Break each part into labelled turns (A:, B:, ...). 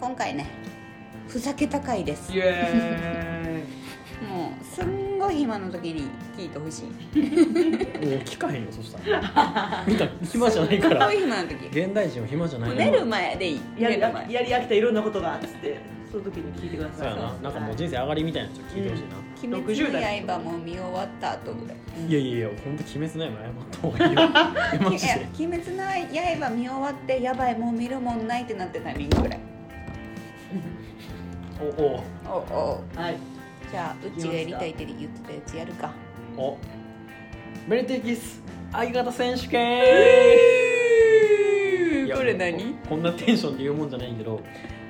A: 今回ねふざけた回です
B: イエ
A: もうすんごい暇の時に聞いてほしい
C: いや聞かへんよそ したらみんな暇じゃないから
A: すんごい暇の時
C: 現代人は暇じゃない
A: 寝る前でいい
B: ーイや
A: 寝
B: り
A: る
B: や
A: 前
B: り飽きたいろんなことがっつってその時に聞いてくだ
C: そう
B: さい
C: やななんかもう人生上がりみたいな人聞いてほしいな、
A: 鬼滅の
B: 60代の
A: 刃も見終わった後ぐらい
C: いやいやいや本当鬼滅の刃謝 った方がいいよマジ
A: いや
C: で
A: 鬼滅の刃見終わってやばいもう見るもんないってなってタイミングぐらい
C: おお
A: おお
B: はい
A: じゃあうちがやりたいって言ってたやつやるか
C: おベルテキス相方選手権、いや
A: これ何
C: ここんなテンションで言うもんじゃないけど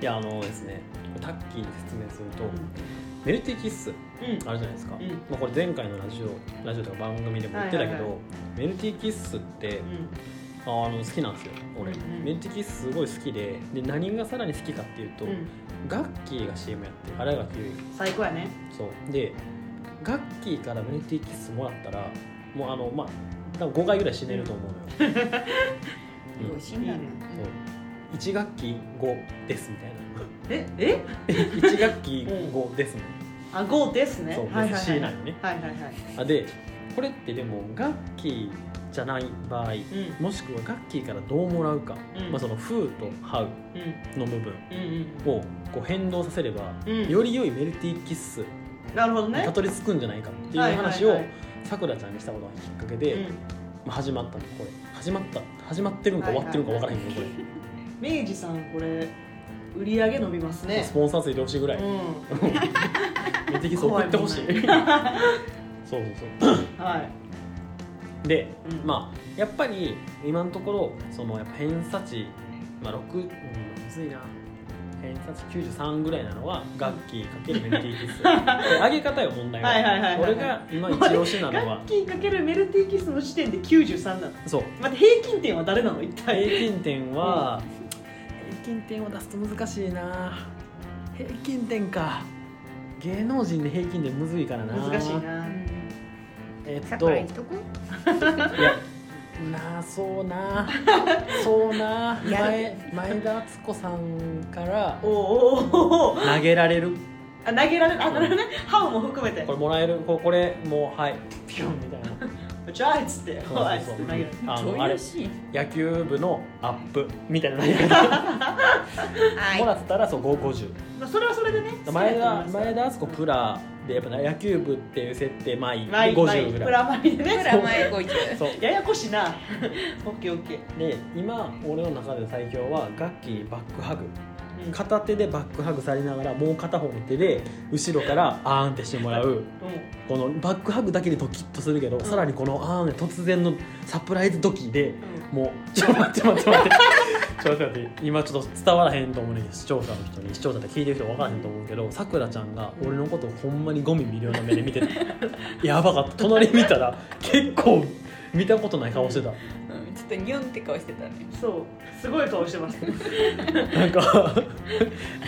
C: いやあのですねタッキーに説明すると、メルティキッス
B: うん
C: あるじゃないですか、
B: うん
C: まあ、これ前回のラジオラジオとか番組でも言ってたけど、
B: はいはいは
C: メルティキッスって、ああの好きなんですよ俺、
B: うんうん
C: メルティキッスすごい好きでで何がさらに好きかっていうと、
B: うんうん
C: ガッキーが CM やってる新垣結
B: 最高やね
C: 衣そうでガッキーからメルティキッスもらったらもうあのまあ多分5回ぐらい死ねると思うのよ、 うん
A: よう死んだね
B: いいね
C: そう1学期5ですみたいな
B: ええ
C: 1学期5ですね、
B: あ5ですね
C: そう
B: はいはいは
C: C
B: い
C: な
B: は
C: のね
B: いはいはい
C: あでこれってでもガッキーじゃない場合
B: うん
C: もしくはガッキーからどうもらうか、
B: うん
C: まあ、その「フー」と「ハウ
B: う」
C: の部分
B: んうん
C: をこう変動させれば、
B: うん
C: より良いメルティーキッスに
B: うんなるほどね
C: たどり着くんじゃないかっていう話
B: は
C: を
B: いはいはい
C: さくらちゃんにしたことがきっかけで、
B: うん
C: まあ、始まったのこれ始まった始まってるんか終わってるんか分からへんけどこれ、
B: 明治さんこれ売り上げ伸びますね
C: スポンサーついてほしいぐらい、
B: う
C: メルティーキッス送ってほしい そうそうそうん
B: はい
C: で、
B: うん
C: まあやっぱり今のところそのやっぱ偏差値、まあ、6、うん、むずいな偏差値93ぐらいなのは楽器×メルティー キッスで上げ方よ問題
B: はいはいはいはい
C: 俺が今一押しなのは
B: ガッキーかけるメルティーキスの時点で93なの
C: そう
B: 待って平均点は誰なの一体
C: 平均点は、平均点を出すと難しいな平均点か芸能人で平均点むずいからな
B: 難しいな
C: えっ
A: さ
C: と
A: くら
C: い
A: 行きとこ
C: やなあそう なあそうなあ前前田敦子さんから
B: おおーおーおーおー
C: 投げられる
B: あ投げられるあなるほどね歯も含めて
C: これもらえるここれもうはいピュンみたい な
B: じゃあっつって
C: そうそうそう
B: はいっつって投げる
C: あ
A: どう
C: のあ
A: い
C: れ
A: うシーン
C: 野球部のアップみたいな投げ方もら
A: は
C: ったらそう550
B: まあそれはそれでね
C: 前田
B: 前
C: 前田敦子プラでやっぱ野球部っていう設定まあいい
B: 前
C: 50ぐ
B: プ
C: らい
B: ラマイで
A: いプ
B: ね
A: ラマイこいつ
C: そう
B: ややこしい なオッケーオッケー
C: で今俺の中で最強はガッキーバックハグ
B: うん
C: 片手でバックハグされながらもう片方の手で後ろからあーんってしてもらう
B: う
C: このバックハグだけでドキッとするけど、
B: ん
C: さらにこのあーんで突然のサプライズドキで
B: んうん
C: もう ちょっと待って待って待ってちょっと待って今ちょっと伝わらへんと思うねんけど視聴者の人に視聴者って聞いてる人分からへんと思うけどさくらちゃんが俺のことをほんまにゴミ見るような目で見ててやばかった隣見たら結構見たことない顔してた
A: うんちょっとニュンって顔してたね
B: そうすごい顔してます
C: なんか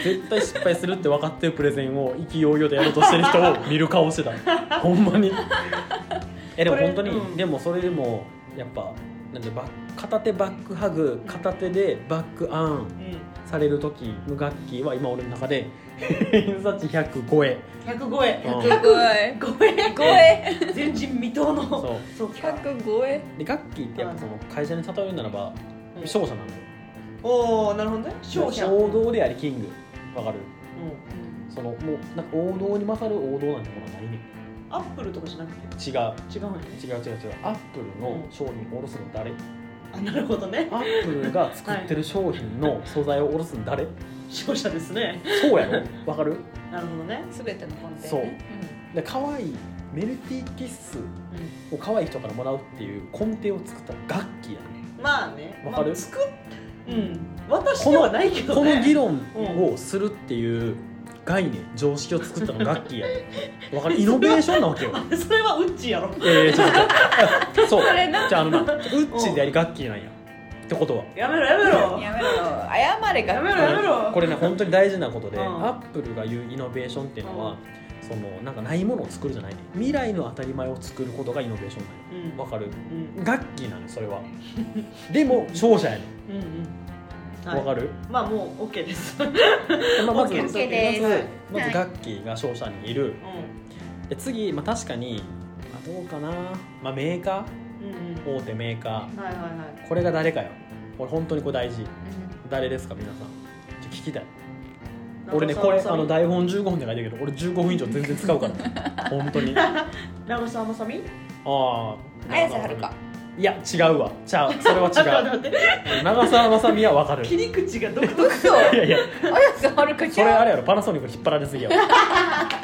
C: 絶対失敗するって分かってるプレゼンを意気揚々とやろうとしてる人を見る顔してたほんまにえでも
B: これ
C: 本当に、
B: うん
C: でもそれでもやっぱなんでバッ片手バックハグ片手でバックアン
B: うん
C: される時の楽器は今俺の中で偏差値100超え
B: 105円
C: うん
A: 105え
B: 5円
A: 5え
B: 前人未到の
C: そ
B: そうか
A: 105え
C: うで楽器ってやっぱその会社に例えるならば勝者なのよ
B: おおなるほどね勝者
C: 王道でありキングわかる
B: うん
C: そのもうなんか王道に勝る王道なんてものはないねん
B: アップルとかじゃなくて
C: 違う
B: 違うんやね
C: 違う違う違うアップルの商品をおろすの誰、
B: あなるほどね
C: アップルが作ってる商品の素材をおろすの誰、
B: 勝者ですね
C: そうやろわかる
B: なるほどね
A: 全てのコンテンツ
C: そう
A: ね
C: で可愛いメルティーキッス
B: う
C: を可愛い人からもらうっていう根底を作った楽器やね
B: んまあね
C: わかる
B: まあ作っうん私ではないけど
C: この
B: ね
C: 議論をするっていう概念常識を作ったの楽器や ねわかるイノベーションなわけよ
B: あそれはウッチーやろ
C: ええちょっと待 ってそう
A: それな
C: じゃああのなウッチであり楽器なんやってことは
B: やめろやめ
A: うん
B: ろ
A: やめろ謝れが
B: やめろやめろ
C: これね本当に大事なことで、
B: うん
C: アップルが言うイノベーションっていうのは、
B: うん
C: そのなんかないものを作るじゃない未来の当たり前を作ることがイノベーションな
B: うん
C: のわかる
B: うん
C: 楽器なのそれはでも勝者やね
B: うんうんはい
C: わかる、
B: まあもう OK です、 うん、
C: まあ、まず
B: OK
C: ま
B: で
C: ず
B: す
C: ま
A: は
C: ず
A: い
C: 楽器が商社にいるで次、まあ、確かに、まあ、どうかな、まあ、メーカ
B: うん
C: ー大手メーカ
B: うんはいはいはい
C: ーこれが誰かよ俺本当にこれ大事
A: う
C: 誰ですか皆さんちょっと聞きたい
B: なん
C: 俺ね
B: か
C: これ
B: さ
C: あの台本15分で書いてるけど俺15分以上全然使うから 本当にあ
B: ラムさんまさみ
C: あ
A: ん綾瀬はるか
C: いや違うわちゃう それは
B: ちょっと待
C: 違
B: って待って
C: う長澤まさみはわかる
B: 切
C: い
B: り口が独特
A: 嘘
C: やいや
A: 綾瀬はるか
C: そ
A: ち
C: れ
A: ゃ
C: あ
A: う
C: れやろパナソニック引っ張られすぎやわ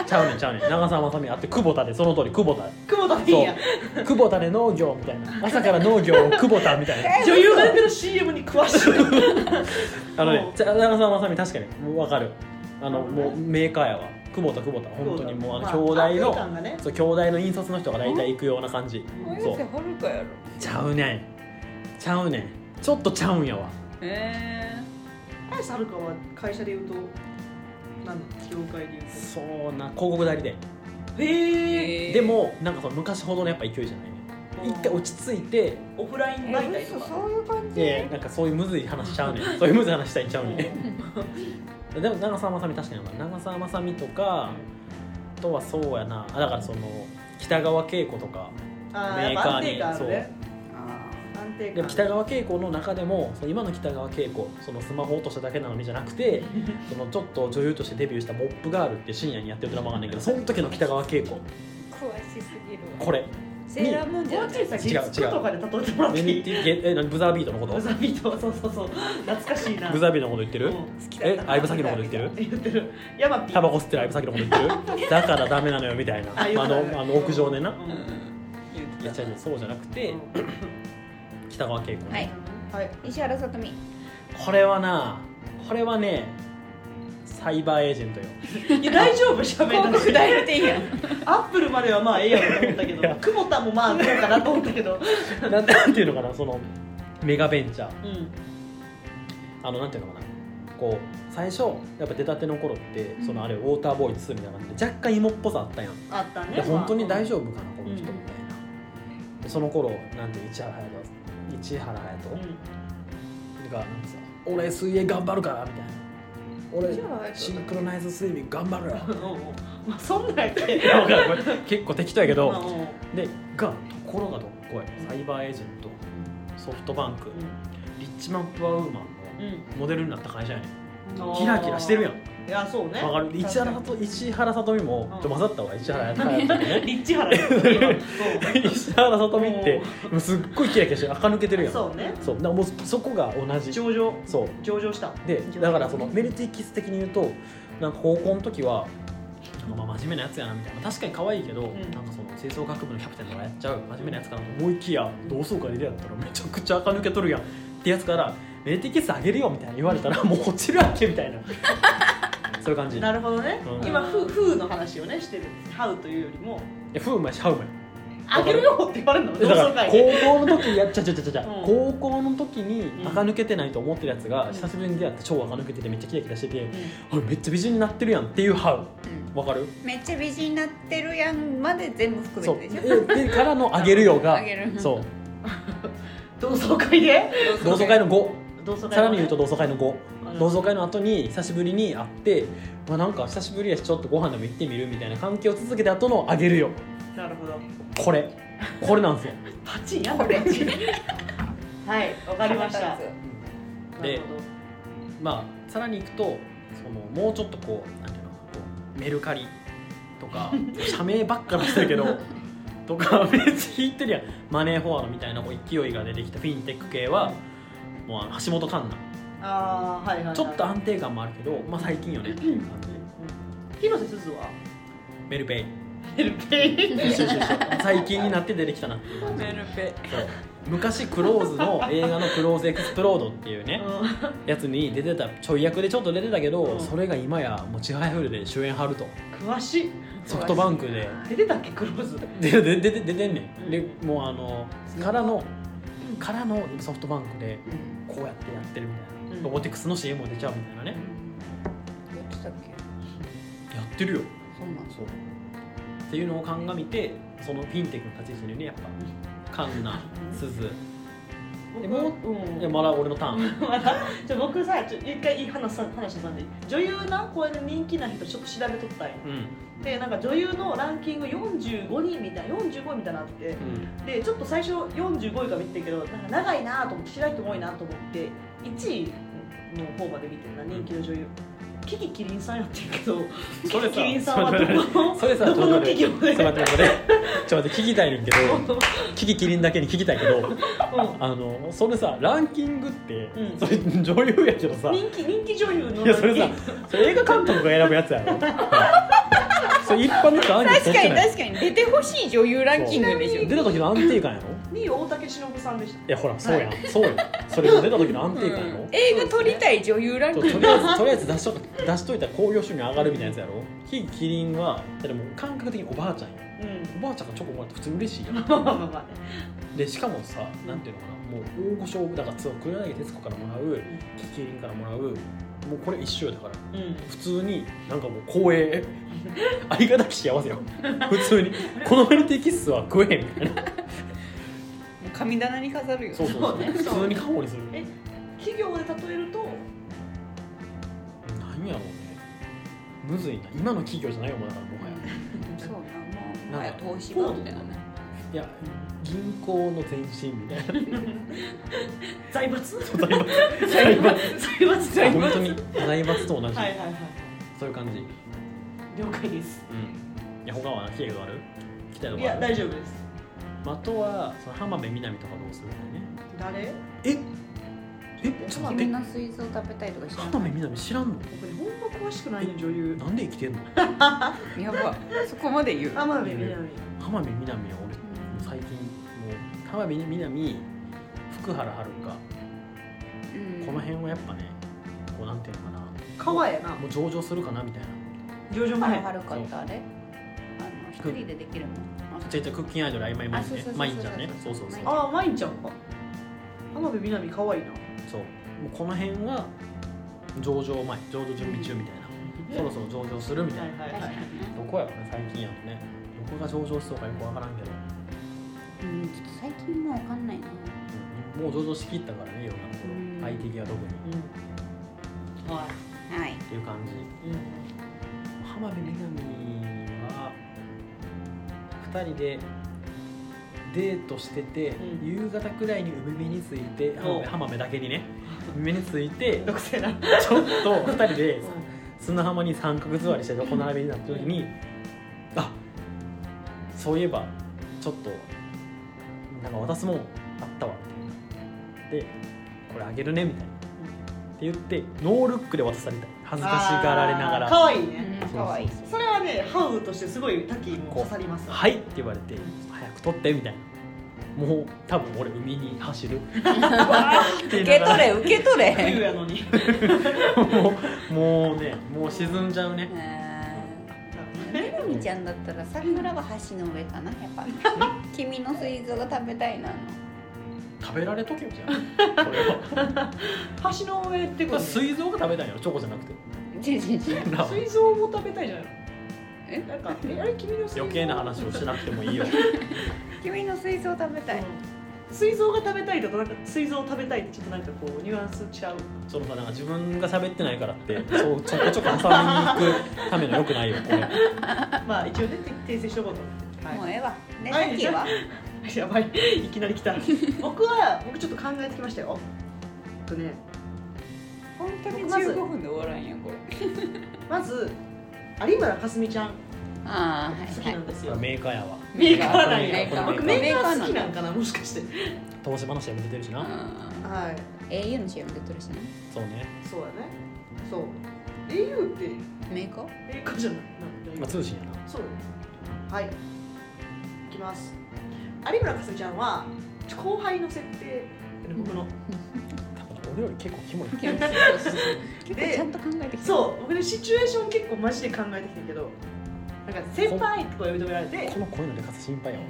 C: ちゃうねんちゃうねん長澤まさみあって久保田でその通り久保田
B: 久保田いいや
C: 久保田で農業みたいな朝から農業を久保田みたいな
B: 女優がやってる CM に詳しい
C: あの
B: う
C: ね
B: ん
C: じゃ長澤まさみ確かにもう分かるあのもうメーカーやわ久保田久保田 本当にもうあの兄弟の、
B: まあ安定感がね
C: そう兄弟の引率の人が大体行くような感じ
A: 綾瀬
C: そう
A: はるかやろ
C: ちゃうねんちゃうねんちょっとちゃうんやわ
A: へえ
B: 綾瀬はるかは会社で言うとなんだ業界で言う
C: そうな広告代理店
B: とへえ
A: えー
C: でもなんかその昔ほどのやっぱ勢いじゃないね一回落ち着いて
B: オフライン
A: え
B: 媒体
A: 嘘
B: と
A: そ
B: か
A: ういう感じ
C: でなんかそういうむずい話しちゃうねんそういうむずい話したいんちゃうねんでも長澤まさみ確かに長澤まさみとかあとはそうやなあだからその北川景子とか
B: あ
C: メ
B: ー
C: ー
B: や
C: カ
B: っ
C: ー
B: ぱ
C: に
B: 安定感あるね
A: あ
B: 安定感
C: でも北川景子の中でもその今の北川景子そのスマホ落としただけなのにじゃなく てそのちょっと女優としてデビューした「モップガール」って深夜にやってるドラマがあんねんけどその時の北川景子
A: ー詳しすぎるわ
C: こ れ
A: セーラームーンじゃ
B: もう
A: な
B: ちょい
A: い
B: さ
C: 違う違う
B: 月9とかで例えてもらってい
C: 何
B: い
C: え何ブザービートのこと
B: ブザビートそうそうそう懐かしいな
C: ブザービートのこと言って
B: う
C: る
B: ん
A: 好きだ
C: え
A: ったな
C: 相葉咲のこと言ってる
B: 言ってるヤマピー
C: タバコ吸ってる相葉咲のこと言 ってるだからダメなのよみたいな
B: あ言う
C: あ
B: たね
C: のあの屋上でな
B: うん
A: うん
B: うん
A: 言って
C: いや違う違うそうじゃなくて北川景子ね、
A: はい
B: はい
A: た石原さとみ
C: これはなこれはねサイバーエージェ ントよ
B: いや大丈夫喋
A: 広
B: らなく
A: 告
B: て
A: 代理店や ん
B: アップルまではまあええやろと思ったけ
C: いや
B: ど久保田もまあどうかなと思ったけど
C: なんなんていうのかなそのメガベンチャー
B: うん
C: あのなんていうのかなこう最初やっぱ出たての頃って、
A: ん
C: そのあれウォーターボーイ2みたいな感じで若干芋っぽさあったやん、
B: あった
C: いや
B: ね
C: 本当に大丈
B: 丈
C: 夫かなこの人みたいな、でその頃なんで市原隼人市原隼人、がなんかさ俺水泳頑張るからみたいな
A: 市原
C: 俺
A: 隼
C: シ
A: 人
C: ンクロナイズスイミング頑張るよ
B: まあそんなんやっけ
C: いやわかるこれ結構適当やけ
B: まあ
C: ど
B: うん
C: でがところがどっこいサイバーエージェントソフトバンクリッチマンプアウーマン
B: う
C: の
B: ん
C: モデルになった会社やね
B: うん
C: んキラキラしてるやん
B: いやそうね
C: わかる石原さと石原さとみも
B: うん
C: ちょ混ざったわ石原さとみね
B: リッチハラそ
C: 石原さとみってもうすっごいキラキラして垢抜けてるやんそう
B: そうね
C: だからもうそこが同じ
B: 上場
C: そう
B: 上場した
C: でだからそのメルティーキス的に言うとなんか高校の時はなんかまあ真面目なやつやなみたいな確かに可愛いけど、
B: ん
C: なんかその吹奏楽部のキャプテンとかやっちゃう真面目なやつかなと思いきや同窓会でやったらめちゃくちゃ垢抜けとるやんってやつからメルティーキスあげるよみたいな言われた らもう落ちるわけみ たいなそういう感じい
B: な
C: や
B: るほどね
C: うん
B: 今フーフーの話をねしてるハウというよりも
C: ふうまいしはうまい
B: あげるよって言われるの
C: え
B: 同
C: だか
B: 窓
C: ら
B: 会
C: 高
B: で
C: 校の時やっちゃちゃちゃちゃちゃ、
B: うん
C: 高校の時に
B: うん
C: 垢抜けてないと思ってるやつが、
B: うん
C: 久しぶりに出会って超垢抜けててめっちゃキラキラしてて、おいめっちゃ美人になってるやんっていうハウわかる
A: めっちゃ美人になってるやんまで全部含
C: そう
A: め
C: で
A: てでしょ
C: でからの「あげるよが」
A: あげる
C: そう
B: 同窓会で
C: 同窓会の5
B: 同窓会のね
C: さらに言うと同窓会の
B: う
C: 5
B: ん
C: 同窓会の後に久しぶりに会って、まあ、なんか久しぶりやしちょっとご飯でも行ってみるみたいな関係を続けた後の「あげるよ
B: なるほど」
C: これこれなんですよ
B: パチンや
A: これ
B: パチン はいわかりました
C: で
B: なるほど
C: まあさらに行くとそのもうちょっとこうなんていうのこうメルカリとか社名ばっか出してるけどとかめっちゃ引いてるやんマネーフォワードみたいなこう勢いが出てきたフィンテック系はもうあの橋本環奈
B: ああはいはい、はい、
C: ちょっと安定感もあるけど、まあ、最近よねっていう感じ
B: 広瀬すずは
C: メルペイ
B: ヘルペイ
C: 一緒一緒一緒最近になって出てきたなっていう感じ
A: メルペ
C: そう昔クローズの映画の「クローズエクスプロード」っていうねやつに出てたちょい役でちょっと出てたけど、
B: うん
C: それが今やもうちはやふるで主演張ると
B: 詳しい
C: ソフトバンクで
B: 出てたっけクローズ
C: でででで出てんねんで
B: う
C: もうあのからのからのソフトバンクでこうやってやってるみたいな、
B: うん
C: ロボティクスの CM も出ちゃうみたいなね
A: やってたっけ
C: やってるよ
A: そうなん
C: そうっていうのを鑑みてそのフィンテックの立ち位置にねやっぱカンナ、すず、え
B: 僕
C: も
B: うん
C: いやまだ俺のターン
B: またちょ僕さちょ一回いい話さ話したんで女優なこういう人気な人ちょっと調べとったんよ
C: うん
B: でなんか女優のランキング45人みたいな45位みたいなのあってでちょっと最初45位か見てんけどなんか長いなと思って白いと多いなと思って1位の方まで見てんな人気の女優キキキリンさんやってんけど
C: うん
B: キキキリンさんは
C: それ
B: どこの
C: それさ
B: どこの
C: ちょっ
B: 企
C: と
B: 業
C: 待
B: で
C: ってちょっと待ってちょっと待って聞きたいねんけどキキキリンだけに聞きたいけどあのそれさランキングって、
B: うん
C: それ女優やけどさ
B: 人気人気女優の
C: いやそれさそれ映画監督が選ぶや つやろそれ一般の人アンケー
A: 確
C: ト取
A: か
C: って
A: に
C: ない
A: 確かに出てほしい女優ランキングでしょ
C: 出た時の安定感やろ
B: に大竹しのぶさんでした
C: いやほらそうやん、そうよそれも出た時の安定感やろ、
A: うん映画撮りたい女優ラン
C: と
A: キン
C: とりあえずとりあえず出しと出しといたら興行収入上がるみたいなやつやろキキキリンはだってもう感覚的におばあちゃんや
B: うん
C: おばあちゃんがチョコもらって普通嬉しいやん
B: まあまあまあまあね
C: でしかもさなんていうのかなもう大御所だからそう黒柳徹子からもらうキキキリンからもらうもうこれ一緒よだから
B: うん
C: 普通になんかもう光栄ありがたき幸せよ普通にこのマルティキッスは食えみたいな
A: グ神棚に飾るよ
C: そうそうそう
B: そうね
C: 普通にカモにする
B: え企業で例えると
C: 何やろうねむずいな今の企業じゃないよもうだからもはや
A: そうなもう
C: なんか
A: もはや投資家みたいなね
C: いや銀行の前身みたいな
B: 財閥
C: 財閥
B: 財閥財閥財
C: 本
B: 閥
C: 当に財閥と同じ、
B: はいはいはい
C: そういう感じうん
B: 了解です
C: いや他は聞きたいことある聞きたいこ
B: い
C: とあ
B: や
C: る
B: 大丈夫です
C: まああとはその浜辺美波とかどうするかね
B: 誰
C: ええちょっと待っ
A: 君
C: て
A: の水臓食べたいとかし
C: 浜
A: な
C: 辺美波知らんの
B: 僕ねほんま詳しくないね女優
C: なんで生きてんの
A: いやばそこまで言う
B: 天海みなみ
C: 浜辺美波は俺最近もう浜辺美波福原遥
A: うん
C: この辺はやっぱねこうなんていうのかな
B: 川やな
C: もう上場するかなみたいな
B: 上場
A: あの
B: 前
A: はるかってあれあの一人でできるもん
C: ちょいちょいクッキンアイドル曖昧マイン
A: あそう
C: ね
A: そうそうそう
C: マインちゃんねそうそうそうそう
B: ああまいんちゃんか浜辺美波可愛いな
C: もうこの辺は上場前上場準備中みたいな、そろそろ上場するみたいな、
B: はいは
A: 確
B: い
A: か
B: は
A: に
B: い
A: ね
C: どこやろね最近やとねどこが上場しそうかよくわからんけど、
A: うんちょっと最近もうわかんないな
C: もう上場しきったからねいろんなところ、
A: うん
C: IT 系は特にっ
B: うんは
A: はい
C: ていう感じ
B: いうん
C: 浜辺美波は2人でデートしてて、
B: うん
C: 夕方くらいに海辺について浜辺
B: お
C: 浜辺だけにね海辺について
B: 独占なうん
C: ちょっと2人で砂浜に三角座りして横並びになった時にあそういえばちょっとなんか渡すもんあったわみたいなでこれあげるねみたいなって言ってノールックで渡されたい恥ずかしがられなが
B: あ
C: ら
B: ー可愛いうね
A: んかわいい
B: それはねハウとしてすごいタキも刺さります
C: はいって言われて早く取ってみたいなもう多分俺海に走るわーっ
A: 受
C: て言いな
A: け
C: が
A: 取
C: ら
A: れ受け取れ
B: 冬やの に
C: もうもうねもう沈んじゃうね
A: めぐみちゃんだったら桜は橋の上かなやっ ぱ君の水臓が食べたいなの
C: 食べられとけよじゃんこれは
B: 橋の上ってこ
C: これ
B: と水
C: 膵臓が食べたいんやろチョコじゃなくて
A: ちちち
C: なあ
B: 槽も食べたいじゃない
A: え
B: なんかえあれ君の水
C: 余計な話をしなくても いいよ
A: 君の水臓食べたい
B: 水槽が食べたいだとなんか水槽食べたいってちょっとなんかこうニュアンスちゃう
C: そのさなんか自分が喋ってないから ってそうちょこちょこ挟みに行くためのよくないよこれ
B: まあ一応ね訂正しとこうと思って
A: も
B: は
A: うええわで
B: は
A: さ
B: い
A: っきは
B: いう やばいいきなり来 た僕は僕ちょっと考えてきましたよえっとね
A: 本当
B: に15
A: 分で終わらんやこれ
B: まず有村架純ちゃん
A: ああ
B: 好き
A: はいはい
B: なんですよ、
C: あメーカーやわ
B: メーカーなん
A: メーカ
B: や
A: ー
B: 僕メーカー好きなんかなもしかして
C: 投資話やめてるしな
A: うん
B: はい
A: au の CM 出てる しね
C: そうね、
B: そうだねそう au って
A: メーカー
B: メーカーじゃない
C: まあ、通信やな
B: そうはいいきます有村架純ちゃんは後輩の設定僕の
C: 多分俺より結構キ モい
A: 結構ちゃんと考えてきた
B: そう僕ねシチュエーション結構マジで考えてきてんけどなんか先輩とか呼び止められて
C: この声の出方心配やわ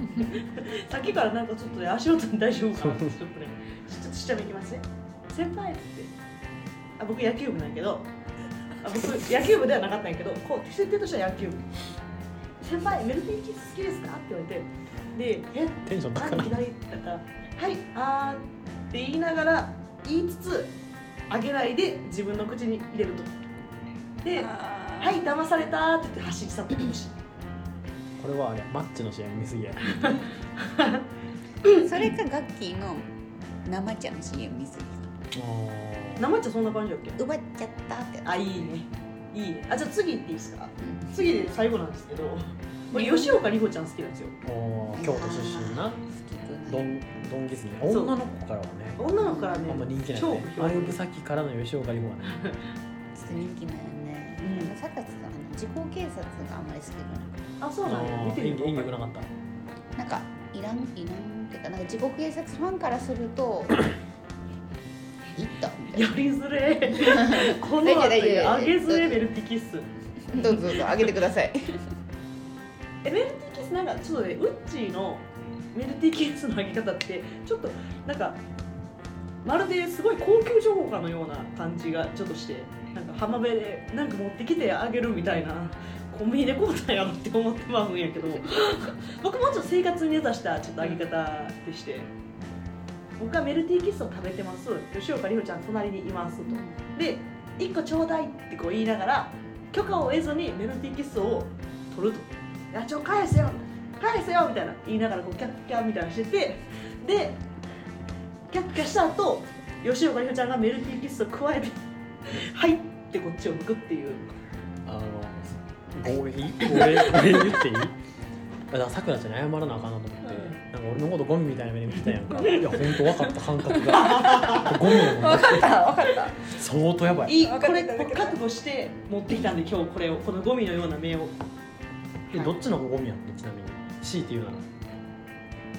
B: さっきからなんかちょっとね足音に大丈夫かなってちょっとねちょっと下見いきますね先輩っつってあ僕野球部なんやけどあ僕野球部ではなかったんやけどこう設定としては野球部先輩メルティーキッス好きですかって言われてでえ
C: テンション高
B: 何
C: ない
B: きなりだから「はいあって言いながら言いつつあげないで自分の口に入れるとで「は
A: はい
B: 騙された」って言って走り去ってほしい
C: これはあれマッチの試合見すぎや
A: いそれかガッキーの生茶の CM 見す
B: 生茶そんな感じだっけ
A: ぎ奪っちゃったってやつ
B: あいいねいいねあじゃあ次行っていいですか
A: うん
B: 次で最後なんですけど俺吉岡里帆ちゃん好きなんですよ
C: おー京都出身な
A: 好きくない
C: ドンドンギスね
B: そう
C: 女の子からはね
B: 女の子からね
C: あんま人気ない
B: 超
C: ね
B: 不評
C: あれよさっきからの吉岡里帆はね
A: ちょっと人気ないよね、
B: うん
A: なんかサカツさんあの自己警察があんまり好きじゃなくて
B: あそうなんだ見てみ
C: 演技
B: ると
C: 演技良くなかった
A: なんかいらんいらんっていうかなんか自己警察ファンからする といったみたい
B: やりづれ えこの あたり上げづれベルティキス
A: などうぞどうぞ上げてください
B: えベルティキスなんかちょっとねウッチーのベルティキスの上げ方ってちょっとなんかまるですごい高級情報家のような感じがちょっとしてなんか浜辺でなんか持ってきてあげるみたいなコンビニでこうたんやろって思ってまうんやけど僕もうちょっと生活に根ざしたちょっと上げ方でして僕はメルティーキスを食べてます吉岡里帆ちゃん隣にいますとで1個ちょうだいってこう言いながら許可を得ずにメルティーキスを取ると「いやちょ返せよ返せよ」みたいな言いながらこうキャッキャみたいなしててでキャッキャした後吉岡里帆ちゃんがメルティーキスを加えて「はい」ってこっちを向くっていう
C: あの合意俺俺言っていいだからさくらちゃんに謝らなあかんなと思って、
B: うん
C: なんか俺のことゴミみたいな目で見てたやんかいや本当分かった感覚がゴミやもんな
A: 分かった分かった
C: 相当やばい
B: いい
A: わ
B: こ
A: かっ
B: れ
A: たわかった
B: 覚悟して持ってきたんで今日これをこのゴミのような目を
C: えどっちの方がゴミやんのちなみに C って言うなら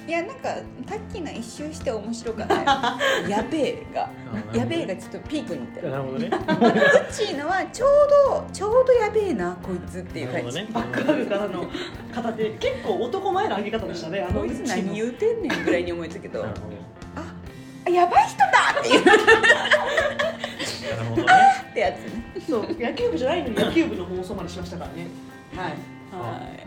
A: いやなんかタッキーの一周して面白かったよ やべえがやべえがちょっとピークにいって
C: あな
A: る
C: るほどね
A: ウッチーのはちょうどちょうどやべえなこいつっていう
C: な
A: 感
C: るほど
A: じ、
C: ね
B: バックハグからの片手結構男前の上げ方でしたねあの
A: こいつ何言うてんねんぐらいに思えたけど
C: なるほど
A: あやばい人だっていう
C: なるほどね
A: ってやつね
B: そう野球部じゃないのに野球部の放送までしましたからねはい
A: はい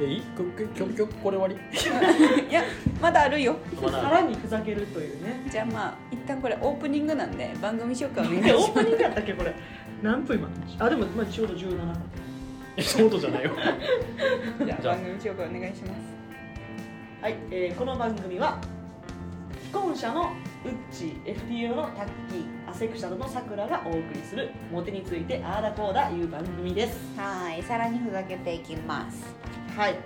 C: えいいこ曲曲これ終わ
A: いやまだあるよ
C: り
B: さらにふざけるというね
A: じゃあまあ一旦これオープニングなんで番組紹介お願い
B: で
A: し
B: オ
A: ます
B: ープニングやったっけこれ何分今あでもまあちょうど17分
C: ショートじゃないよ
A: じゃあ
C: じゃあ
A: 番組紹介お願いします
B: はい、えーこの番組は既婚者のウッチー FTO のタッキーアセクシャルのさくらがお送りするモテについてあーだこーだいう番組です
A: はいさらにふざけていきます
B: はい
A: こ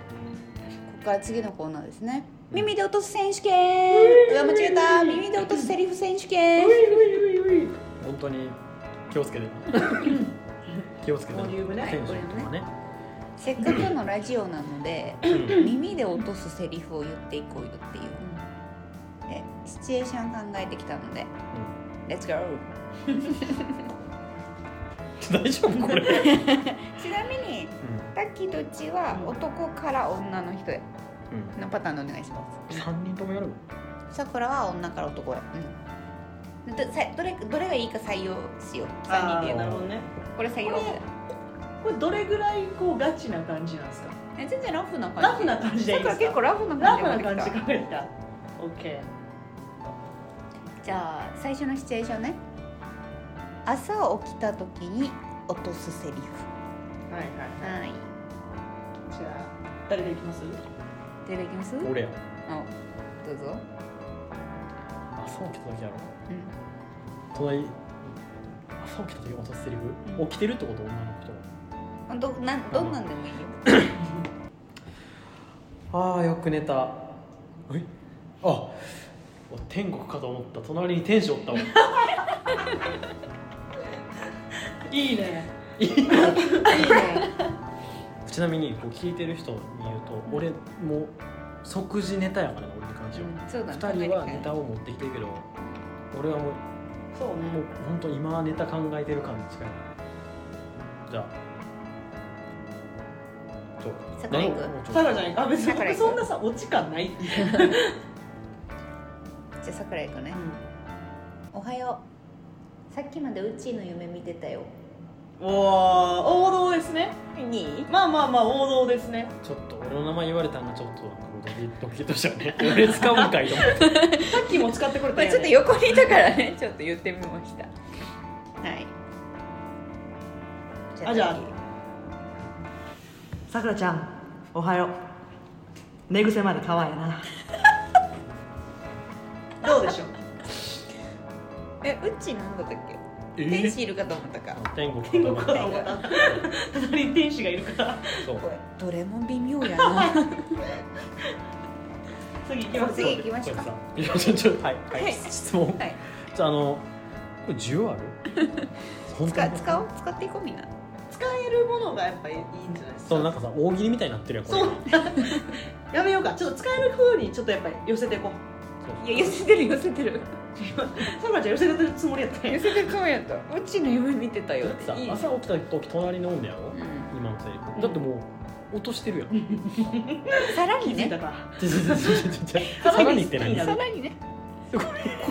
A: こから次のコーナーですね耳で落とす選手権うわ間違えた耳で落とすセリフ選手権
B: ういういういう
C: 本当に気をつけて気をつけて
B: ボリュームね
C: テンションとかね
A: せっかくのラジオなので
C: うん
A: 耳で落とすセリフを言っていこうよっていうでシチュエーション考えてきたのでレッツゴー
C: うん大丈夫これ
A: ちなみにタッキーとうちは男から女の人へ
C: うん
A: のパターンでお願いします
C: 三人ともやる
A: さくらは女から男へ、うん、どさどれどれがいいか採用しよう3人で言
B: ー
A: う
B: な
A: の
B: るほどね
A: これ採用
B: ここれどれぐらいこうガチな感じなんですか
A: え全然ラフな感じ
B: ラフな感じでいい
A: さ
B: で
A: くら
B: す
A: 結
B: か
A: 構ラフな感
B: ラ
A: じ
B: フ
A: で持っ
B: な
A: てきた
B: 感じで考えた OK
A: じゃあ最初のシチュエーションね朝起きた時に落とすセリフ
B: はいはい
A: はい
B: じゃあ誰でいきます
A: 出てきます
C: 俺や
A: あどうぞ、
C: 朝起きた時やろ
A: うん、
C: 隣朝起きた時落とすセリフ起きてるってこと女の人
A: あどなんどんなんでもいいよ
C: ああよく寝たえあ天国かと思った隣に天使おった わ
B: いいね
A: いいね
C: ちなみにこう聞いてる人に言うと俺もう即時ネタやからね俺に関して
A: そう
C: は
A: だね
C: 2人はネタを持ってきてるけど俺はもう
B: そうね
C: もう本当今ネタ考えてる感じ近いじゃあそう
A: さくら行く
C: 何
B: サラじゃないかあ別に
A: だから
B: 僕そんなさオチ感ない、
A: じゃあさくら行くねおはようさっきまでうちの夢見てたよ
B: お王道ですね
A: 2位
B: まあまあまあ王道ですね
C: ちょっと俺の名前言われたんがちょっとなんかドキドキとした ね俺使うんかいと思って
B: さっきも使ってこれ
A: ま
B: た
A: あ
B: やん
A: ちょっと横にいたからねちょっと言ってみましたはい
B: あじゃあ
A: 次
B: さくらちゃんおはよう寝癖まで可愛い などうでしょう
A: えうちなんだったっけ天使いるかと思ったか
C: 天国
B: 天国
C: 言
B: か
C: 葉
B: と思った隣に天使がいるから
C: そう
A: これどれも微妙 やな
B: 次行きます
A: 次行きましょうか
C: これさいやちょちょはい、は
A: はい
C: い、質問
A: はい
C: じゃああのこれ需要あ る本当
A: 使
C: に
A: 使おう使っていこうみんな
B: 使えるものがやっぱいいんじゃないです
C: そうなん
B: か
C: かさ大喜利みたいになってるやんこれ
B: そう やめようかちょっと使える風にちょっとやっぱり寄せていこう
C: そう
A: いや寄せてる寄せてる
B: さくらちゃん寄せてるつもりやったんや
A: 寄せてるかもやったうちの夢見てたよ
C: だってさ
A: いい
C: 朝起きた時隣におんねやろ
A: うん
C: 今のセリフだってもう落としてるやん
A: さら
B: 気
A: に
B: づいた
A: ね
B: か
C: ちょちょちょち ょちょさらにって何
B: た
A: さ
C: さ
A: らにね
C: こ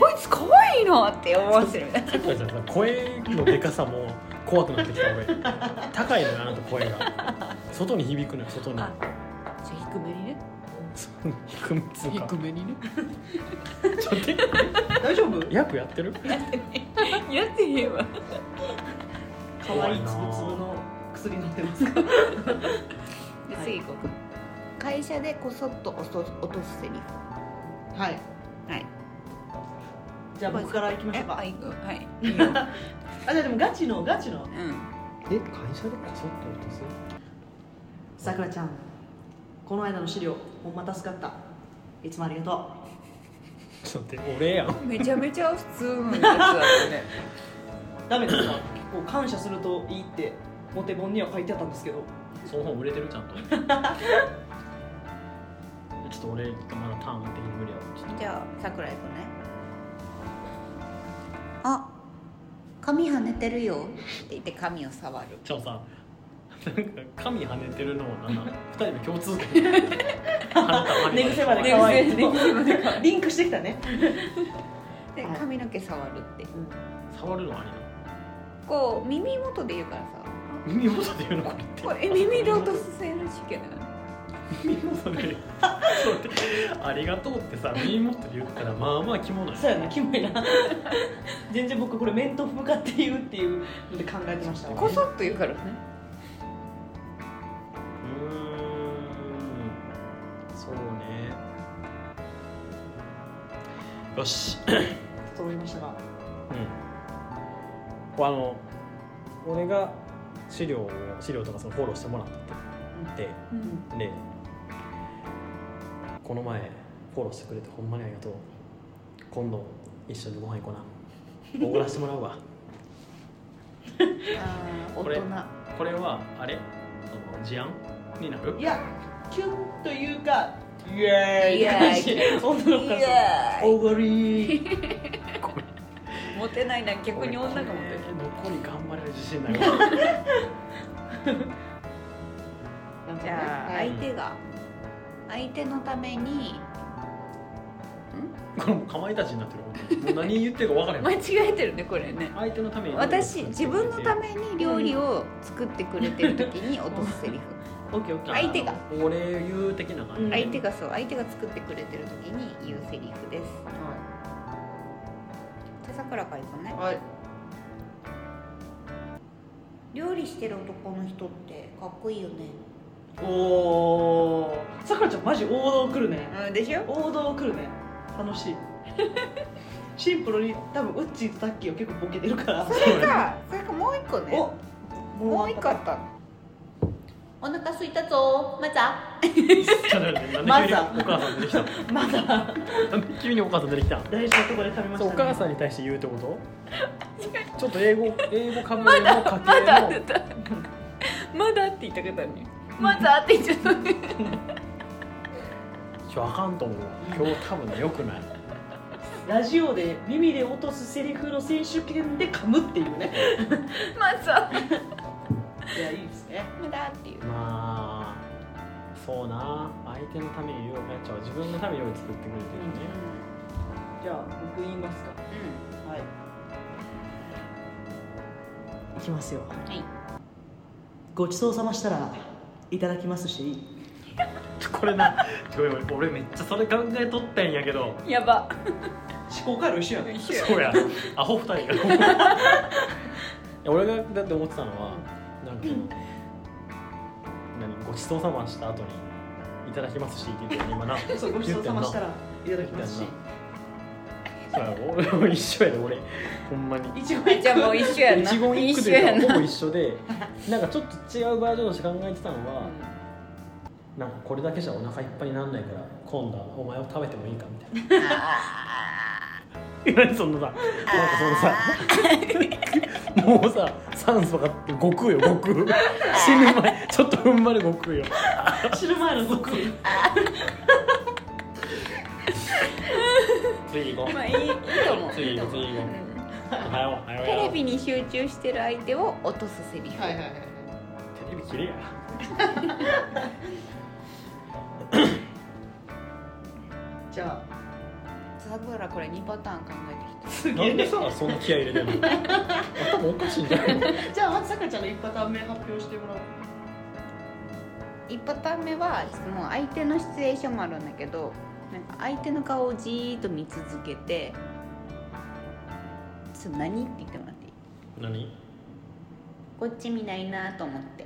A: こいつ可愛いなって思わせる
C: っきからさ声のでかさも怖くなってきた俺高いのよあなた声が外に響くのよ外に
A: あじゃあ低めにね
C: そう低めっつうか
A: め にね
C: ちょっ
B: 大丈夫
C: と役やってる
A: やってへんわ
B: 可愛いつぶつぶの薬飲んでますか
A: で
B: はい
A: 次行こうか会社でこそっと落とす落とすセリフ
B: はい
A: はい
B: じゃあ僕から行きましょうか
A: えあ行くはい
B: あじゃあでもガチのガチの
A: うん
C: え会社でこそっと落とす
B: さくらちゃんこの間の資料ほんま助かったいつもありがと
C: ちょっと待って俺やん
A: めちゃめちゃ普通のやつだね
B: うダメですかこう感謝するといいってモテ本には書いてあったんですけど
C: その本売れてるちゃんとちょっと俺がまだターン的に無理やわちょっ
A: じゃあ桜井くんねあ髪跳ねてるよって言って髪を触る
C: とじゃあさなんか髪跳ねてるのは何なの2人の共通 点跳ねた跳ね
B: 寝癖
C: た
B: まで可愛い
A: 寝癖まで可愛い
B: リンクしてきたね
A: で
B: はい
A: 髪の毛触るって
C: 触るのありな
A: こう耳元で言うからさ
C: の耳元で言うのこれって
A: これ耳で落とすセリフしかない
C: 耳元でちょっと待ってありがとうってさ耳元で言ったらまあまあ着物や
B: そうやなキモいな 全然僕これ面と向かって言うっていうので考えてました
A: こ
B: わ
A: そっと言うからね
C: うーんそうねよし
B: 揃いましたが
C: うん、あの俺が資料を資料とかそのフォローしてもらってて、
A: うん
C: でこの前フォローしてくれてほんまにありがとう今度一緒にご飯行こうなおごらしてもらうわ
A: あー
C: こ
A: 大
C: れ
A: 人
C: これはあれその事案になる
B: いやキュンというかイエーイって感じ女の子
A: い
B: から
A: や
B: おごり
A: ーモテないな逆に女がモテる
C: 残り頑張れる自信ないわ
A: じゃあ
B: はい
A: 相手が相手のために
C: これもうかまいたちになってるもう何言ってるか分からへん
A: 間違えてるねこれね
C: 相手のために
A: 私自分のために料理を作ってくれてる時に落とすセリフ
B: オッケーオッケー
A: 相手が
C: お礼言う的な感じ、
B: うん
A: 相手がそう相手が作ってくれてる時に言うセリフですじゃあさくらかいくね
B: はい
A: 料理してる男の人ってかっこいいよね
B: おおさくらちゃんマジ王道来るね
A: うんでしょ
B: 王道来るね楽しい シンプルに多分ウッチーとタッキーは結構ボケてるから
A: それかそれかもう一個ね
B: お
A: もう一個あったお腹すいたぞまた
C: ちょっと待って
B: ま
C: なん
B: ず
C: で急に
B: は
C: お母さん出てきたの
B: まだ
C: なんで急にお母さん出てきたの
B: 大事なところで食べました
C: そうお母さんに対して言うってことちょっと英語英語かぶれの家
A: ま
C: 庭
A: だ
C: の
A: って言ったまだって言った方にまだって言っちゃったね
C: ちょあかんと思う今日多分ね良くない
B: ラジオで耳で落とすセリフの選手権で噛むっていう ね
A: まだ
B: いやいいですね
A: まだっていう
C: まあそうな相手のために料理やっちゃう自分のために料理作ってくれてるね
B: じゃあ僕言いますかはいいきますよ
A: はい
B: ごちそうさましたらいただきますしていい
C: これなごめんごめん俺めっちゃそれ考えとったんやけど
A: やば
D: 思考回路一緒やね
A: 一
C: そうやアホ二人が俺がだって思ってたのはなんかその、何ごちそうさました後に「いただきますし」って言って今な
B: そうごちそうさましたらいただきますし
C: そうやろ俺も一緒やで俺ほんまに
B: 一応
A: じゃあもう一緒やな
C: 一言一句
A: 一
C: と
A: 緒
C: い
A: や
C: うかほ
A: な
C: ぼ一緒でなんかちょっと違うバージョンとして考えてたのは、なんかこれだけじゃお腹いっぱいになんないから今度はお前を食べてもいいかみたいな
A: あ
C: 何そのさなんかそのさもうさ酸素が悟空よ悟空死ぬ前ちょっと踏ん張れ悟空よ
B: 死ぬ前の悟空
C: 次行こ
A: ーまあいいいいと思う
C: 次
A: いいと
C: 行こう
A: 思う
C: 次行こ
A: うん
C: うはよはよ
A: テレビに集中してる相手を落とすセリフ、
D: はいはいはい
C: テレビ切れや
B: じゃあ
A: サクラこれ2パターン考えてき
B: すげ
C: なんで
B: え
C: さそんな気合い入れてんの頭おかしいんじゃないの
B: じゃあまずさくらちゃんの一パターン目発表してもらおう
A: た1パターン目はもう相手のシチュエーションもあるんだけどなんか相手の顔をじーっと見続けて「ちょっと何?」って言ってもらっていい
C: 何
A: こっち見ないなと思って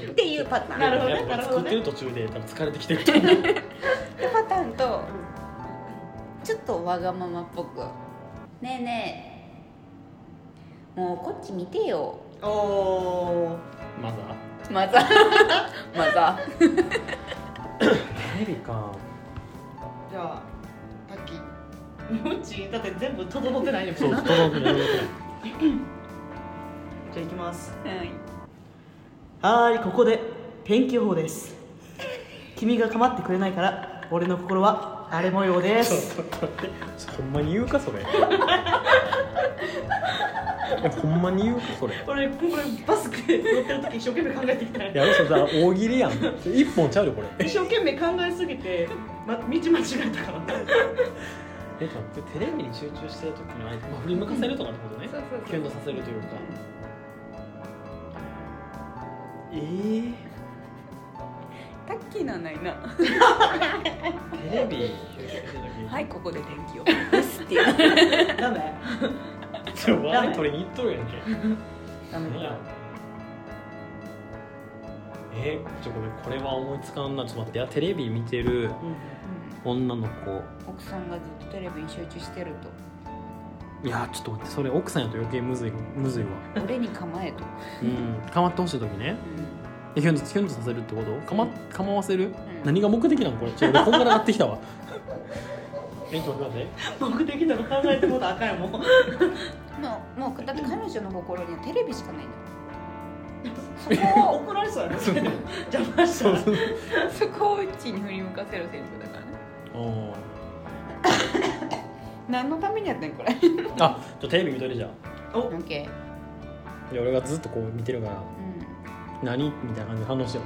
A: っていうパターン
B: なるほどね
C: やっぱ
B: なるほ
C: 作っ
B: どね
C: てる途中で多分疲れてきてると思う
A: でパターンとちょっとわがままっぽく「ねえねえもうこっち見てよ
B: おお
C: まだ」
A: マ ザーマザ
C: テレビか
B: じゃあタッキームッチーだって全部整ってないよ
C: そう
B: じゃ
C: 整ってない
B: あいきます
A: ー、はい
B: はーいここで天気予報です君が構ってくれないから俺の心は荒れ模様で
C: ちょっ
B: す
C: と待ってほんまに言うかそれ えほんまに言うかそれ
B: 俺これバスで乗ってる時一生懸命考えてきた
C: やろそれさ大喜利やん一本ちゃうよこれ
B: 一生懸命考えすぎて、ま、道間違えたか
C: えっ
B: ら
C: と待ってテレビに集中してる時の相手、まあ、振り向かせるとかってことね
A: そうそうそう
C: キュンとさせるというかえー、
A: タッキーのないな
C: テレビに
A: はいここで天気をですっていう
B: ダメ
C: ちょ笑い取りに行っとるやんけ
B: ダメ
C: 何やえー、ちょごめんこれは思いつかんなちょっと待っていやテレビ見てる女の子
A: 奥さんがずっとテレビに集中してると
C: いやちょっと待ってそれ奥さんやと余計むずいむずいわ
A: 俺に構えと、
C: うん構ってほしい時ね
A: うん、
C: えヒュンとヒュンとさせるってことかま構わせる、
A: ん
C: 何が目的なのこれちょ俺こんがらがってきた わえちょっと待って
B: 僕的なの考えてもうたらあかんやもん
A: もうもうだって彼女の心にはテレビしかないんだそこ
B: 怒られそうやね邪魔したら
C: そう
A: を そこをうちに振り向かせるセリフだからね
C: おー
A: 何のためにやってんこれ
C: あじゃあテレビ見とるじゃん
A: OK
C: で俺がずっとこう見てるから
A: うん
C: 何みたいな感じで反応してよ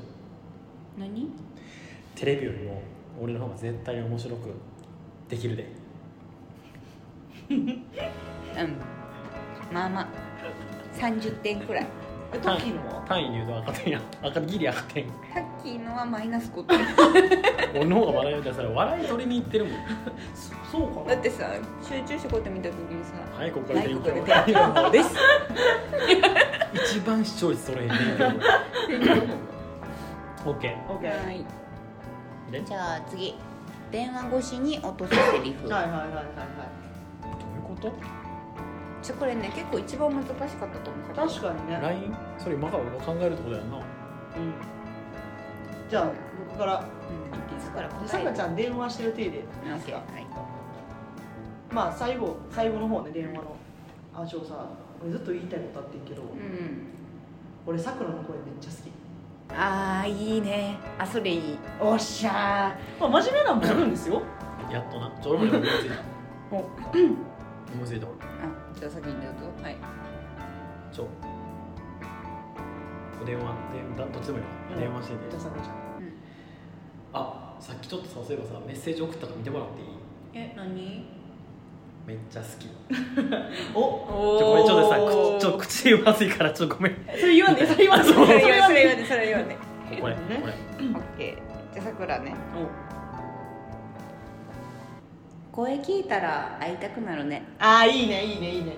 A: 何
C: テレビよりも俺の方が絶対面白くできるで
A: うんまあまあ30点くらい
B: えトッキーの
C: 単位で言うと赤点や赤ギリ赤点
A: タッキーのはマイナス5点
C: 俺の方が笑いを出したら笑い取りに行ってるもん
B: そそうか
A: だ
B: な
A: ってさ集中してこうやって見た時にさ
C: はいここから
A: はい
C: 勉
A: こ
C: 強
A: こで天気予報です
C: 一番視聴率取れへんねんけどオッケ
B: オッケーは
A: はいい
C: ーで
A: じゃあ次電話越しに落とすセリフ
B: はいはいはいはい
C: どういうこと
A: ちょこれね結構一番難しかったと思う
B: 確かにね
C: LINE それ今から俺が考えるってことやんな
B: うんじゃあ僕から
A: うんだから答え
B: さくらちゃん電話してる手で
A: オッケーはい
B: まあ最後最後の方ね電話の「あ翔さ俺ずっと言いたいことあってんけど
A: うん
B: 俺さくらの声めっちゃ好
A: あーいいねあそれいい
B: き」おっしゃー、まあ、真面目なのもあるんですよ
C: やっとなちょ俺も思いついた
B: お
C: 思いついた俺
A: あじゃあ先にどうぞはい
C: ちょお電話電話どっちでもいいわ、
B: うん
C: 電話して
B: じ
C: て
B: ゃあさくらちゃん
C: あさっきちょっとさそういえばさメッセージ送ったから見てもらっていい
A: え何
C: めっちゃ好き
B: お
C: ちょごめんちょっとさ
A: おー
C: 口ちょっと口まずいからちょっとごめんこ
B: それ言わんでそれ言わんで
A: それ
B: それ
A: 言わ
B: 言わんで
A: ねそれ言わね
C: れこれ
B: ね
A: オッケーじゃあさくらね声聞いたら会いたくなるね
B: ああいいねいいねいいね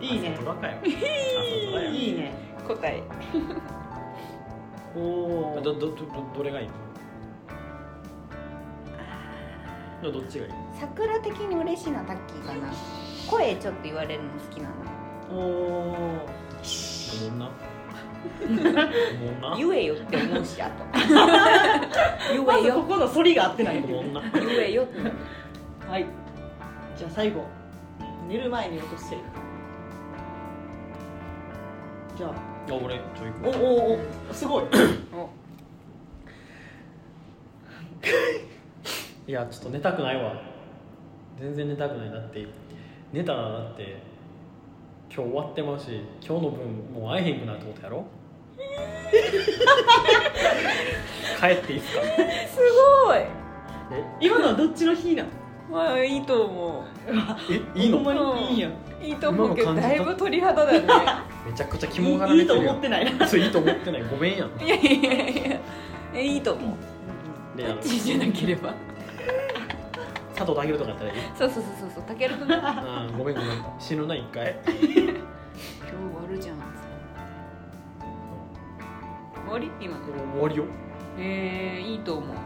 B: いいね
C: 朝ドラかよ朝ドラよ
B: いいね
A: 答え
B: お
C: ど
B: お
C: どどどどれがいいどどっちがいい
A: さくら的に嬉しいなタッキーかな声ちょっと言われるの好きなの
B: おお
C: お もんなおもんな
A: 言えよって思うしあと
B: ま
A: 言え
B: ずこ
A: よ
B: この反りが合ってない
C: おもんな
A: 言えよって
B: はいじゃあ最後寝る前に落としてじゃあ
C: あ俺ちょい
B: お
C: 行く
B: おおすごい
A: お
C: いやちょっと寝たくないわ全然寝たくないだって寝たらだって今日終わってまうし今日の分もう会えへんくなるってことや ろ帰っていいっすか
A: すごい
C: え
B: 今のはどっちの日なの
A: まあいいと思
C: えいいの
B: ほん
C: め
B: まにいいんや
A: ういいと思うけど
C: 今の感
A: だ
C: じ
A: いぶ鳥肌だね
C: ちゃくちゃ
B: い
C: 肝がら
B: いい
C: れ
B: いと
C: てるや
B: 思っ
C: ん
B: てないな
C: そういいと思ってないごめんやん
A: いやいやいやいやえいいと思う
C: で
A: タ
C: あの
A: ッチーじゃなければ
C: 佐藤健とかやったらいい
A: そうそうそうそうたけるくんが
C: あーごめんごめん死ぬな一回
A: 今日終わるじゃん終わり今の
C: 終わりよ
A: えー、いいと思う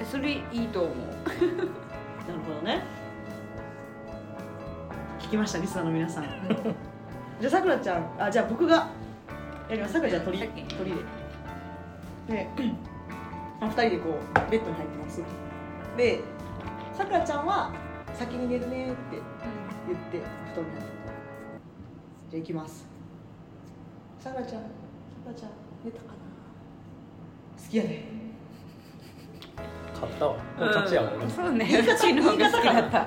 A: えそれいいと思う
B: なるほどね聞きましたリスナーの皆さんじゃあさくらちゃんあじゃあ僕がやりますさくらちゃん鳥
A: さ
B: 鳥
A: っき
B: でで2人でこうベッドに入ってますでさくらちゃんは「先に寝るね」って言って布団に入ってじゃあ行きますさくらちゃんさくらちゃん寝たかな好きやね
C: 勝ったわもう勝ちやわ
A: う
C: 俺
A: んそうねうちの方が好きだった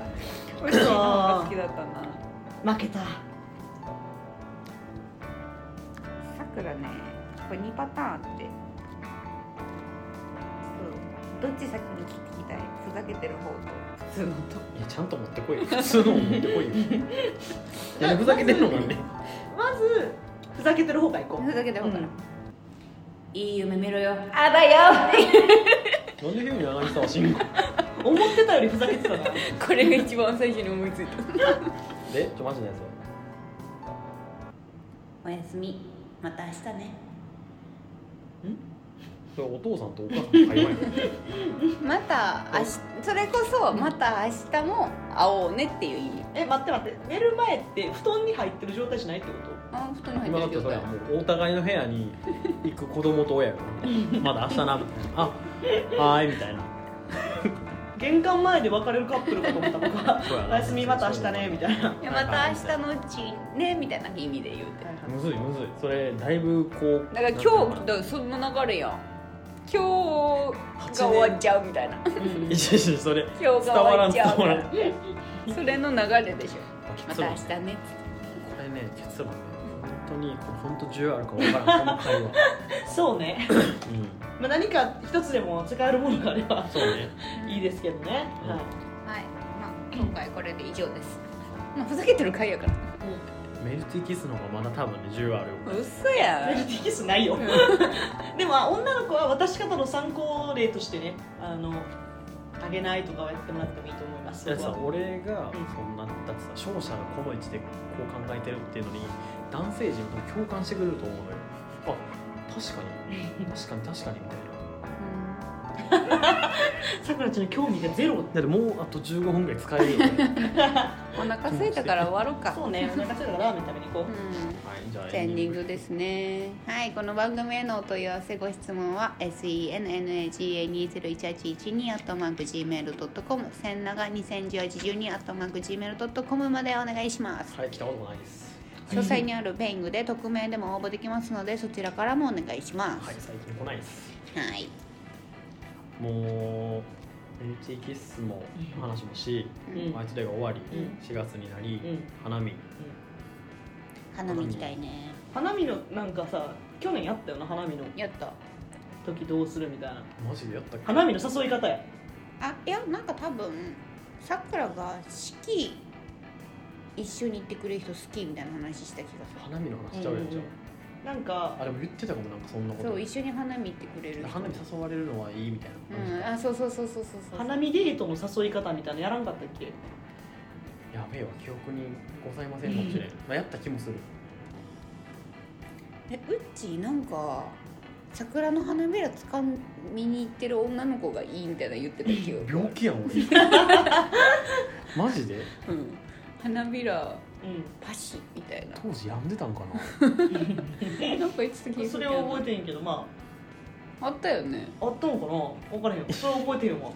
A: うちの方が好きだったな
B: 負けた
A: さくらねこれ2パターンあってそうどっち先に聞きたいふざけてる方と普通のと
C: いやちゃんと持ってこいよ普通のを持ってこいよ何ふざけてんのかね
B: まずふざけてる方が行こう
A: ふざけてる方から、
B: うん
A: いい夢見ろよあばよ
C: なんで急に柳沢慎吾
B: 思ってたよりふざけてたな
A: これが一番最初に思いついた
C: でちょマジなやつは
A: おやすみまた明日ね
C: それお父さんとお母さんの会話やん
A: また明日それこそまた明日も会おうねっていう意味
B: え待って待って寝る前って布団に入ってる状態じゃないってこ
A: あ布団に入
C: 今だ
A: っ
C: って
A: る
C: て
A: 状
C: それ
A: 態
C: はもうお互いの部屋に行く子供と親がまだ明日なみたいなあはーいみたいな
B: と玄関前で別れるカップルかと思った僕は
C: そうや
B: お
C: な
B: やすみまた明日ねみたいな
A: いやまた明日のうちねみたいな意味で言うて
C: むずいむずいそれだ いぶこう
A: だから今日だからそんな流れやん今日が終わっちゃうみ たいな
C: 日いちいちそれ
A: 今日が終わっちゃうみ
C: 伝
A: た
C: わら
A: い
C: ん
A: なそれの流れでしょま
C: 結
A: た
C: 論
A: 明
C: こ
A: 日ね
C: れね結論ね本当にこれ本当重要あるか分からんこの会話
B: そうね、
C: う
B: まあ、何か一つでも使えるものがあれば
C: んそうね
B: いいですけどね、
C: うん
B: は
A: はいま
B: い
A: あ今回これで以上ですまあふざけてる回やから
C: メルティーキスの方がまだ多分ね重要あるよ
A: 嘘や
B: メル
A: ん
B: ティーキスないよでもあ女の子は渡し方の参考例としてねあのあげないとかはやってもらってもいいと思います
C: いやさ
B: そこは
C: 俺がそんなだってさ勝者がこの位置でこう考えてるっていうのに男性陣も多分共感してくれると思うのよあ確か に確かに確かにみたいな
B: さくらちゃんの興味がゼロ
C: だってもうあと15分ぐらい使えるよ ね
A: お腹空いたから終わろうか
B: そうねお腹空いたからラーメン食べに行こう
A: うん
C: はいじゃあ
A: じゃあエンディングですねはいこの番組へのお問い合わせご質問は sennaga201812 at markgmail.com 千長201812 at markgmail.com までお願いします
C: はい来たことないです
A: 詳細にあるペイングで匿名でも応募できますのでそちらからもお願いしま
C: はい
A: す
C: 最近来ないです
A: はい、
C: もう LT キッスも話もし、
A: うん
C: 毎日デーが終わり、
B: うん
C: 4月になり、
B: うん
C: 花見
A: 花見行きたいね
B: 花見のなんかさ去年やったよな花見の
A: やった
B: 時どうするみたいな
C: マジでやったっけ
B: 花見の誘い方や
A: あいやなんか多分さくらが四季一緒に行ってくれる人好きみたいな話した気がす
C: 花見の話しちゃうやんじゃん、
B: なんか
C: あでも言ってたかもなんかそんなこ
A: る
C: と
A: そう一緒に花見行ってくれる人
C: 花見誘われるのはいいみたいな感じ
A: うんあそうそうそうそうそうそう
B: 花見デートの誘い方みたいなのやらんかったっけ
C: やべえわ記憶にございませんかもしれん、まあ、やった気もする
A: えうっちーなんか桜の花びらつかみに行ってる女の子がいいみたいなの言ってた記憶
C: 病気やん俺マジで
A: うん花びら
B: う
A: パシみたいな
C: 当時病んでたんかな
A: なんか言ってた記
B: ん
A: 憶
B: それは覚えてへんけどま
A: あったよね
B: ああったのかな分からへんそれは覚えてへんわ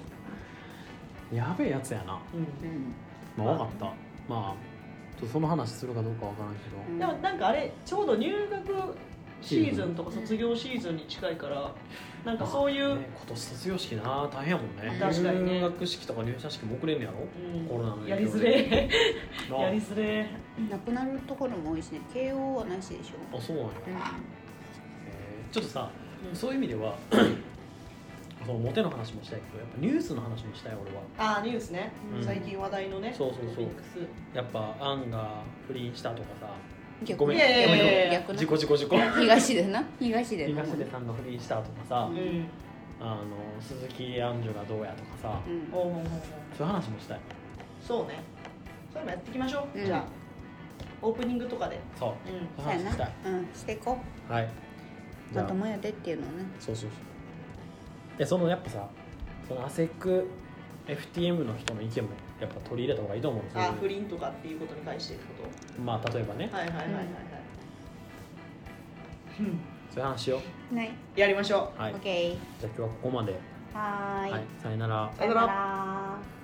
C: やべえやつやな
B: うん
A: う
C: まあわかったまあちょっとその話するかどうかわからんけど
A: ん
B: でもなんかあれちょうど入学シーズンとか卒業シーズンに近いからなんかそういう、
C: まあね今年卒業式な大変やもんね
B: 確かにね
C: 入学式とか入社式も遅れんねやろ
B: うん
C: コロナの影
B: や
C: 響で
B: りづれえ
C: な
B: やりづれえ
A: なくなるところも多いしね慶応はなしでしょ
C: あそうなんや、
A: うん
C: えーちょっとさ
B: うん
C: そういう意味では そのモテの話もしたいけどやっぱニュースの話もしたい俺は
B: あーニュースね、
C: うん
B: 最近話題のね
C: そうそうそう
B: トピックス
C: やっぱアンが不倫したとかさ
A: 逆
C: ごめん
B: いやいやいやいや
A: 逆な
C: 事故事故事故
A: 東でな東でな
C: 東出さんが不倫したとかさ、
A: う
B: うん
C: あの鈴木杏樹がどうやとかさ、
A: うん
B: おうおうおうおう
C: そういう話もしたい
B: そうねそれもやっていきましょう、
A: うん
B: じゃあオープニングとかで
C: そう
B: うん
C: そう
A: そう
C: い
A: や
C: う話した
A: ないうんしていこ
C: はい
A: まともやでっていうのをね
C: そうそうそうでそのやっぱさそのアセック FTM の人の意見もやっぱ取り入れた方がいいと思うんですよ
B: あー不倫とかっていうことに対してってこ
C: まあ例えばね
B: とはいはいはいはいはい、うん、
C: そういう話を
A: はい
B: やりましょう
C: はい
A: OK
C: じゃあ今日はここまで
A: はーい
C: はい、さよなら
B: さよなら
A: ら